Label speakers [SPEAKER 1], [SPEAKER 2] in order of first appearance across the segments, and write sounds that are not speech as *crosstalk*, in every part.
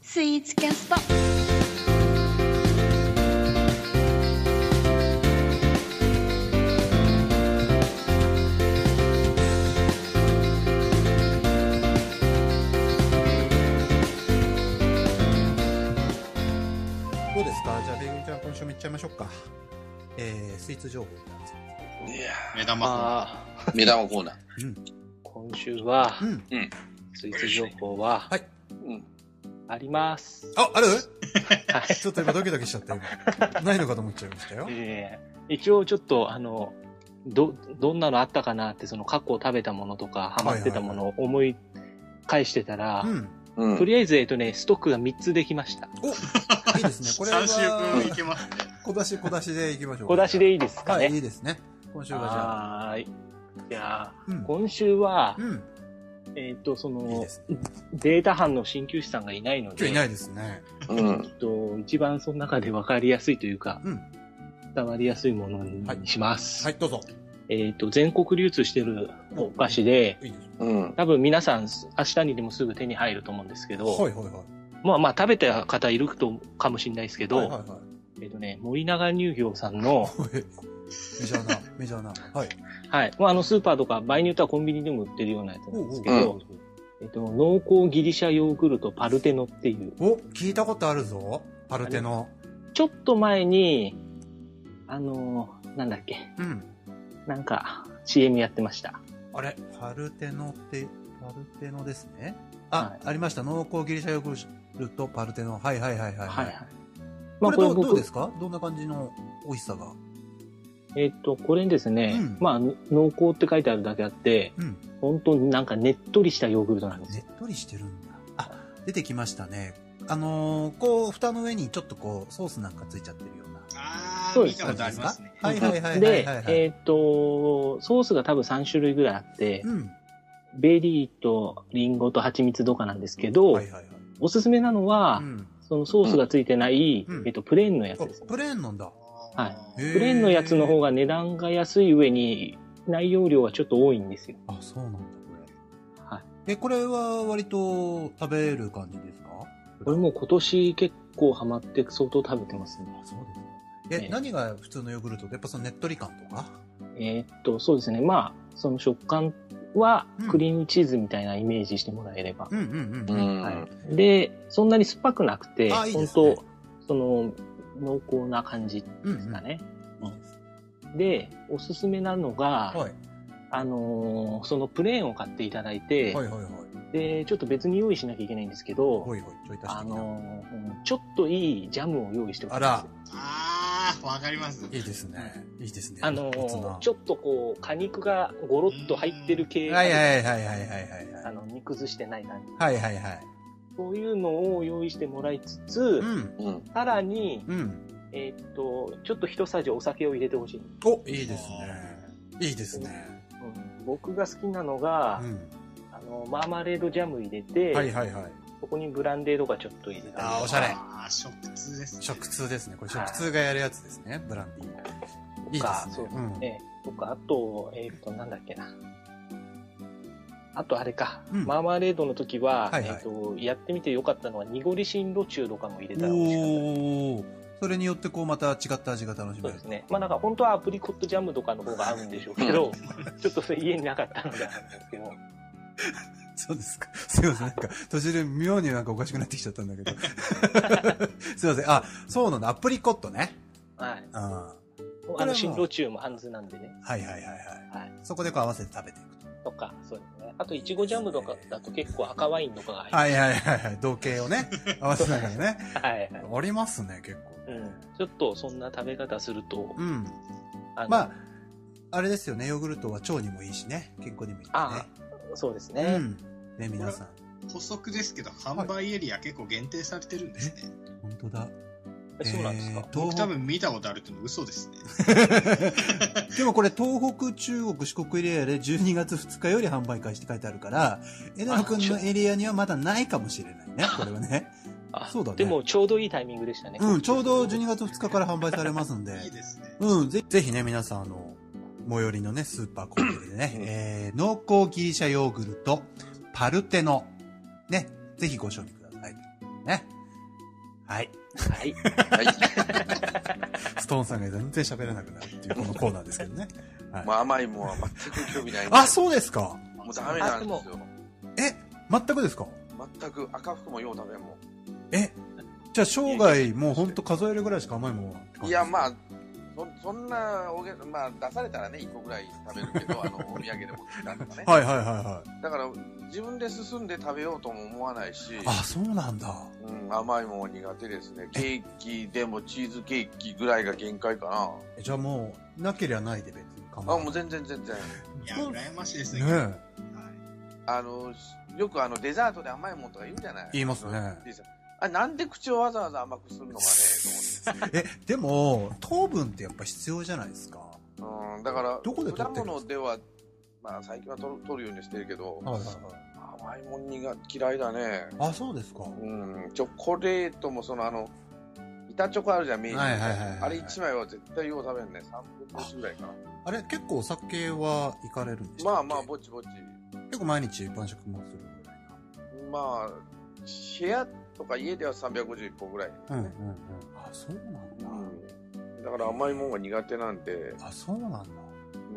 [SPEAKER 1] スイーツキャスト
[SPEAKER 2] どうですかじゃあ、めぐみちゃん今週もいっちゃいましょうか。えー、スイーツ情報なんです
[SPEAKER 3] いや
[SPEAKER 4] 目玉
[SPEAKER 3] まあ、
[SPEAKER 4] 目玉コーナー。
[SPEAKER 3] 今週は、
[SPEAKER 2] けど。うん。
[SPEAKER 3] スイーツ情報は
[SPEAKER 2] はい。
[SPEAKER 3] あります。
[SPEAKER 2] あ、ある
[SPEAKER 3] はい
[SPEAKER 2] ちょっと今ドキドキしちゃったよ。ないのかと思っちゃいましたよ。
[SPEAKER 3] えー一応ちょっと、あの、ど、どんなのあったかなって、その過去食べたものとか、ハマってたものを思い返してたら、
[SPEAKER 2] うん。
[SPEAKER 4] う
[SPEAKER 3] と
[SPEAKER 4] ん。
[SPEAKER 3] りあえず、えっとね、ストックが3つできました。
[SPEAKER 2] おいいです
[SPEAKER 3] *laughs*
[SPEAKER 2] ね。これは
[SPEAKER 4] 3週分いけますね。
[SPEAKER 2] 小出し小出しでいきましょう。
[SPEAKER 3] 小出しでいいですか
[SPEAKER 2] はい、い
[SPEAKER 3] ね。
[SPEAKER 2] いですね。今週はじゃあ。
[SPEAKER 3] はーい。いや
[SPEAKER 2] うん
[SPEAKER 3] ー、。今週は、
[SPEAKER 2] うん。
[SPEAKER 3] えっと、そ
[SPEAKER 2] いい
[SPEAKER 3] の
[SPEAKER 2] です、
[SPEAKER 3] データ班の鍼灸師さんがいないの
[SPEAKER 2] 今
[SPEAKER 3] で、
[SPEAKER 2] 日いないですね。
[SPEAKER 4] うん
[SPEAKER 3] え。っと、一番その中で分かりやすいというか、
[SPEAKER 2] うん。
[SPEAKER 3] 伝わりやすいもの
[SPEAKER 2] はい
[SPEAKER 3] にします。
[SPEAKER 2] はい、どうぞ。
[SPEAKER 3] えっ、と、全国流通してるお菓子で、
[SPEAKER 2] いいです。
[SPEAKER 4] うん。
[SPEAKER 3] 多分皆さん明日にでもすぐ手に入ると思うんですけど、
[SPEAKER 2] はいはいはい。
[SPEAKER 3] まあまあ食べた方いるとかもしれないですけど、
[SPEAKER 2] はいはいは
[SPEAKER 3] えっ、とね、森永乳業さんの、
[SPEAKER 2] い。メジャーな、メジャーな。はい。
[SPEAKER 3] はい、まああのスーパーとか場合によってはコンビニでも売ってるようなやつなんですけ
[SPEAKER 4] お
[SPEAKER 3] ど、えっと、濃厚ギリシャヨーグルトパルテノっていう、
[SPEAKER 2] お、聞いたことあるぞ。パルテの。
[SPEAKER 3] ちょっと前に、あのーなんだっけ、
[SPEAKER 2] うん。
[SPEAKER 3] なんか CM やってました。
[SPEAKER 2] あれパルテノって、パルテノですね。あ、
[SPEAKER 3] はい
[SPEAKER 2] ありました。濃厚ギリシャヨーグルト、パルテノ。はいはいはいはい。
[SPEAKER 3] はいはい。
[SPEAKER 2] これどうどう
[SPEAKER 3] 僕
[SPEAKER 2] ですかどんな感じの美味しさが。
[SPEAKER 3] えっと、これですね、
[SPEAKER 2] うん
[SPEAKER 3] まあ、濃厚って書いてあるだけあって、
[SPEAKER 2] うん。
[SPEAKER 3] 本当になんかねっとりしたヨーグルトなんです
[SPEAKER 2] ね
[SPEAKER 3] よ。
[SPEAKER 2] っとりしてるんだ。あ、出てきましたね。あのーこう、蓋の上にちょっとこう、ソースなんかついちゃってるような。
[SPEAKER 4] あ
[SPEAKER 3] そう
[SPEAKER 4] ー、
[SPEAKER 3] で
[SPEAKER 4] 見
[SPEAKER 3] す
[SPEAKER 4] たことありますね。
[SPEAKER 2] はいはいはいはい
[SPEAKER 3] で
[SPEAKER 2] はい、はい。
[SPEAKER 3] えっと、ソースが多分3種類ぐらいあって、
[SPEAKER 2] うん。
[SPEAKER 3] ベリーとリンゴと蜂蜜とかなんですけど、
[SPEAKER 2] はいはいはい。
[SPEAKER 3] おすすめなのは、
[SPEAKER 2] うん。
[SPEAKER 3] そのソースがついてない、
[SPEAKER 2] うん
[SPEAKER 3] えっと、プレーンのやつ
[SPEAKER 2] あ
[SPEAKER 3] です、、
[SPEAKER 2] プレーンなんだ。
[SPEAKER 3] は
[SPEAKER 2] へー
[SPEAKER 3] プレーンのやつの方が値段が安い上に、内容量がちょっと多いんですよ。
[SPEAKER 2] あ、そうなんだ、こ
[SPEAKER 3] はい。
[SPEAKER 2] れ。え、これは割と食べる感じですか
[SPEAKER 3] これもう今年結構ハマって相当食べてますね。
[SPEAKER 2] あ、そうですか。え、
[SPEAKER 3] ええ
[SPEAKER 2] 何が普通のヨーグルトでやっぱそのねっとり感とか
[SPEAKER 3] えーっと、そうですね。まあ、その食感は
[SPEAKER 2] うん
[SPEAKER 3] クリームチーズみたいなイメージしてもらえれば。
[SPEAKER 2] うんうん
[SPEAKER 4] う
[SPEAKER 2] うん。
[SPEAKER 4] ん。
[SPEAKER 3] はい、で、そんなに酸っぱくなくて、
[SPEAKER 2] あいいで
[SPEAKER 3] 本
[SPEAKER 2] すね
[SPEAKER 3] 当その、濃厚な感じ
[SPEAKER 2] うん
[SPEAKER 3] ですかね。
[SPEAKER 2] うん。いいです。
[SPEAKER 3] で、おすすめなのが、
[SPEAKER 2] はい。
[SPEAKER 3] あのーそのプレーンを買っていただいて、
[SPEAKER 2] はいはいはい。
[SPEAKER 3] で、ちょっと別に用意しなきゃいけないんですけど、
[SPEAKER 2] ほいほい、ちょい足して
[SPEAKER 3] あ
[SPEAKER 2] きた。
[SPEAKER 3] のーうんちょっといいジャムを用意しておきます。
[SPEAKER 4] あー、わかります。
[SPEAKER 2] いいですね。いいですね。
[SPEAKER 3] あのー
[SPEAKER 2] 立つな
[SPEAKER 3] ちょっとこう、果肉がゴロッと入ってる系が
[SPEAKER 2] はいはいはいはいはいはいはい。
[SPEAKER 3] あの、煮崩してない感じ。
[SPEAKER 2] はいはいはい。
[SPEAKER 3] そういうのを用意してもらいつつ、
[SPEAKER 2] うん。
[SPEAKER 4] うん。
[SPEAKER 3] さらに、
[SPEAKER 2] うん。
[SPEAKER 3] えーっと、ちょっと一さじお酒を入れてほしい、
[SPEAKER 2] お、いいですね。いいですね。
[SPEAKER 3] うん僕が好きなのが、
[SPEAKER 2] うん。
[SPEAKER 3] あの、マーマレードジャム入れて、
[SPEAKER 2] はいはいはい。
[SPEAKER 3] そこにブランデーとかちょっと入れたりとか
[SPEAKER 2] あーおしゃれ
[SPEAKER 4] あー、食通ですね。
[SPEAKER 2] 食通ですね。これ食通がやるやつですね。ブランディー。いいです
[SPEAKER 3] そう
[SPEAKER 2] ねう
[SPEAKER 3] で。す
[SPEAKER 2] ん。
[SPEAKER 3] ね。とか、あと、えーっと、なんだっけな。あとあれか、
[SPEAKER 2] うん
[SPEAKER 3] マーマレードの時は、
[SPEAKER 2] はいはい
[SPEAKER 3] えーっと、やってみてよかったのは、濁りしんど中とかも入れたら美味しかったです。
[SPEAKER 2] おー。それによってこうまた違った味が楽し
[SPEAKER 3] そ
[SPEAKER 2] める
[SPEAKER 3] うです。ね。まあなんか本当はアプリコットジャムとかの方が合うんでしょう
[SPEAKER 2] *laughs*
[SPEAKER 3] けど、ちょっとそれ家になかったのであれなんですけど、
[SPEAKER 2] そうですか。すいません。なんか途中で妙になんかおかしくなってきちゃったんだけど。すいません。あ、そうなんだ。アプリコットね。
[SPEAKER 3] はい。
[SPEAKER 2] うん。は
[SPEAKER 3] あの、進路中もハンズなんでね。
[SPEAKER 2] いはいはいはい。
[SPEAKER 3] はい。
[SPEAKER 2] そこでこう合わせて食べていくと。
[SPEAKER 3] とか、そうですね。あと、いちごジャムとかだと結構赤ワインとかが入って、
[SPEAKER 2] はいはいはいはい。同型をね、合わせながらね。
[SPEAKER 3] *laughs* はい、はい。
[SPEAKER 2] ありますね、結構。
[SPEAKER 3] うん。ちょっとそんな食べ方すると、
[SPEAKER 2] うん。
[SPEAKER 3] あの
[SPEAKER 2] まあ、あれですよね、ヨーグルトは腸にもいいしね、健康にもいいから
[SPEAKER 3] あ
[SPEAKER 2] ね。
[SPEAKER 3] そうです
[SPEAKER 2] う
[SPEAKER 3] ね。
[SPEAKER 2] ん。ね、皆さん。
[SPEAKER 4] 補足ですけど、販売エリア結構限定されてるんですね。
[SPEAKER 2] 本当だ。
[SPEAKER 3] えそうなんですか。
[SPEAKER 2] えー
[SPEAKER 4] 僕多
[SPEAKER 2] 東
[SPEAKER 4] 分見たことあるっての嘘ですね。
[SPEAKER 2] 北でもこれ、東北、中国、四国エリアで12月2日より販売開始って書いてあるから、枝野くんのエリアにはまだないかもしれないね、これはね。
[SPEAKER 3] あ
[SPEAKER 2] そうだね
[SPEAKER 3] でも、ちょうどいいタイミングでしたね。
[SPEAKER 2] うん、ちょうど12月2日から販売されますんで。
[SPEAKER 4] *laughs* いいですね。
[SPEAKER 2] うん、ぜぜひね、皆さん、あの、最寄りのね、スーパーコンビニでね、
[SPEAKER 4] うん
[SPEAKER 2] えー、濃厚ギリシャヨーグルト、パルテノ、ね、ぜひご賞味ください。ね。はい。
[SPEAKER 3] はい。
[SPEAKER 1] はい。
[SPEAKER 2] ストーンさんが全然喋らなくなるっていうこのコーナーですけどね。はい
[SPEAKER 1] まあ、甘いもんは全く興味ないんで。
[SPEAKER 2] あ、そうですか。
[SPEAKER 1] もうダメなんですよ。
[SPEAKER 2] え、全くですか
[SPEAKER 1] 全く赤服もよう食べんも
[SPEAKER 2] え、じゃあ生涯もうほんと数えるぐらいしか甘いもんは。
[SPEAKER 1] ん。いや、まあ、そそんなおげ、まあ、出されたらね、1個ぐらい食べるけど、あの、お土産でもなんとかね。
[SPEAKER 2] はいはいはいはい。
[SPEAKER 1] だから、自分で進んで食べようとも思わないし、
[SPEAKER 2] あ、そうなんだ。
[SPEAKER 1] うん、甘いもんは苦手ですね。ケーキでもチーズケーキぐらいが限界か
[SPEAKER 2] えじゃあもう、なけりゃないで別に構
[SPEAKER 1] な。あ、
[SPEAKER 2] わない。
[SPEAKER 1] もう全然全然。
[SPEAKER 4] いや、羨ましいですね。はい、
[SPEAKER 2] ねえ
[SPEAKER 1] あの、よくあの、デザートで甘いもんとか言うじゃない
[SPEAKER 2] 言いますね
[SPEAKER 1] デザあ、なんで口をわざわざ甘くするのかね、と思って。
[SPEAKER 2] え、でも、糖分ってやっぱ必要じゃないですか。
[SPEAKER 1] うん、だから、
[SPEAKER 2] どこで撮
[SPEAKER 1] 果
[SPEAKER 2] ってる
[SPEAKER 1] 物では、まあ最近は取る取るようにしてるけど、
[SPEAKER 2] はいはいはい。
[SPEAKER 1] 甘いもんにが嫌いだね。
[SPEAKER 2] あ、そうですか。
[SPEAKER 1] うん、チョコレートもそのあの、板チョコあるじゃん、明治の
[SPEAKER 2] はいはいはいはい
[SPEAKER 1] あれ1枚は絶対よう食べるね。3分の1ぐらいかな。
[SPEAKER 2] あれ、結構お酒は行かれるんですか
[SPEAKER 1] まあまあ、ぼちぼち。
[SPEAKER 2] 結構毎日晩酌もするぐらい
[SPEAKER 1] まあ、部屋とか家では351個ぐらい。
[SPEAKER 2] な。うんうんうん。あ、そうなん
[SPEAKER 1] う
[SPEAKER 2] だ。
[SPEAKER 1] ん。だから甘いもんが苦手なんで、
[SPEAKER 2] あ、そうなんだ。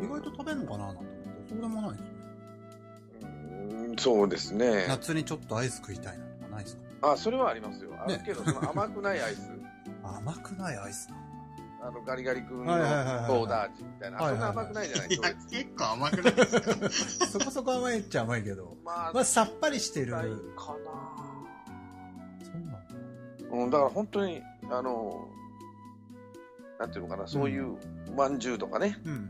[SPEAKER 2] 意外と食べるのかななんて思ったらそうでもないですね。
[SPEAKER 1] うん、そうですね。
[SPEAKER 2] 夏にちょっとアイス食いたいなとかないですか
[SPEAKER 1] あ、それはありますよ。あ
[SPEAKER 2] ね
[SPEAKER 1] るけど、その甘くないアイス。
[SPEAKER 2] *laughs* 甘くないアイスな
[SPEAKER 1] あの、ガリガリ君の
[SPEAKER 2] は
[SPEAKER 1] ソ
[SPEAKER 2] いはいはいはい
[SPEAKER 1] ーダ味みたいな。あ
[SPEAKER 2] はい
[SPEAKER 1] そ
[SPEAKER 2] は
[SPEAKER 1] ん
[SPEAKER 2] いは
[SPEAKER 1] ない甘くないじゃない
[SPEAKER 4] い
[SPEAKER 1] ですか
[SPEAKER 4] や、。結構甘くないですか
[SPEAKER 2] そこそこ甘いっちゃ甘いけど。
[SPEAKER 1] まあ、
[SPEAKER 2] まあ、さっぱりしてる。
[SPEAKER 1] ない
[SPEAKER 2] そ
[SPEAKER 1] か
[SPEAKER 2] うなんだ。
[SPEAKER 1] な。うん、だから本当に、あの、なんていうのかな、そういう、まんじゅうとかね、
[SPEAKER 2] うん。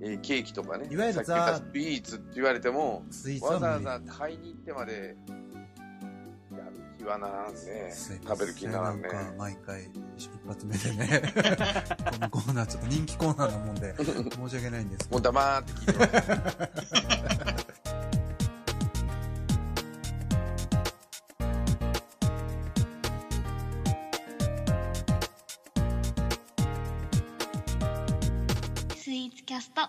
[SPEAKER 1] えーケーキとかね。
[SPEAKER 2] いわゆる
[SPEAKER 1] さっき言った
[SPEAKER 2] ザ
[SPEAKER 1] スピーツって言われても、
[SPEAKER 2] スイーツ
[SPEAKER 1] わ
[SPEAKER 2] は
[SPEAKER 1] ざ
[SPEAKER 2] 無
[SPEAKER 1] わ
[SPEAKER 2] 理
[SPEAKER 1] ざ買いに行ってまで、やる気はならんね。
[SPEAKER 2] すいません
[SPEAKER 1] 食べる気にならんね。
[SPEAKER 2] なんか毎回一発目で
[SPEAKER 1] *laughs*
[SPEAKER 2] ねこのコーナーちょっと人気コーナーなもんで申し訳ないんですけ
[SPEAKER 1] もう
[SPEAKER 2] ど
[SPEAKER 1] 黙って聞いてます。
[SPEAKER 5] スイーツキャスト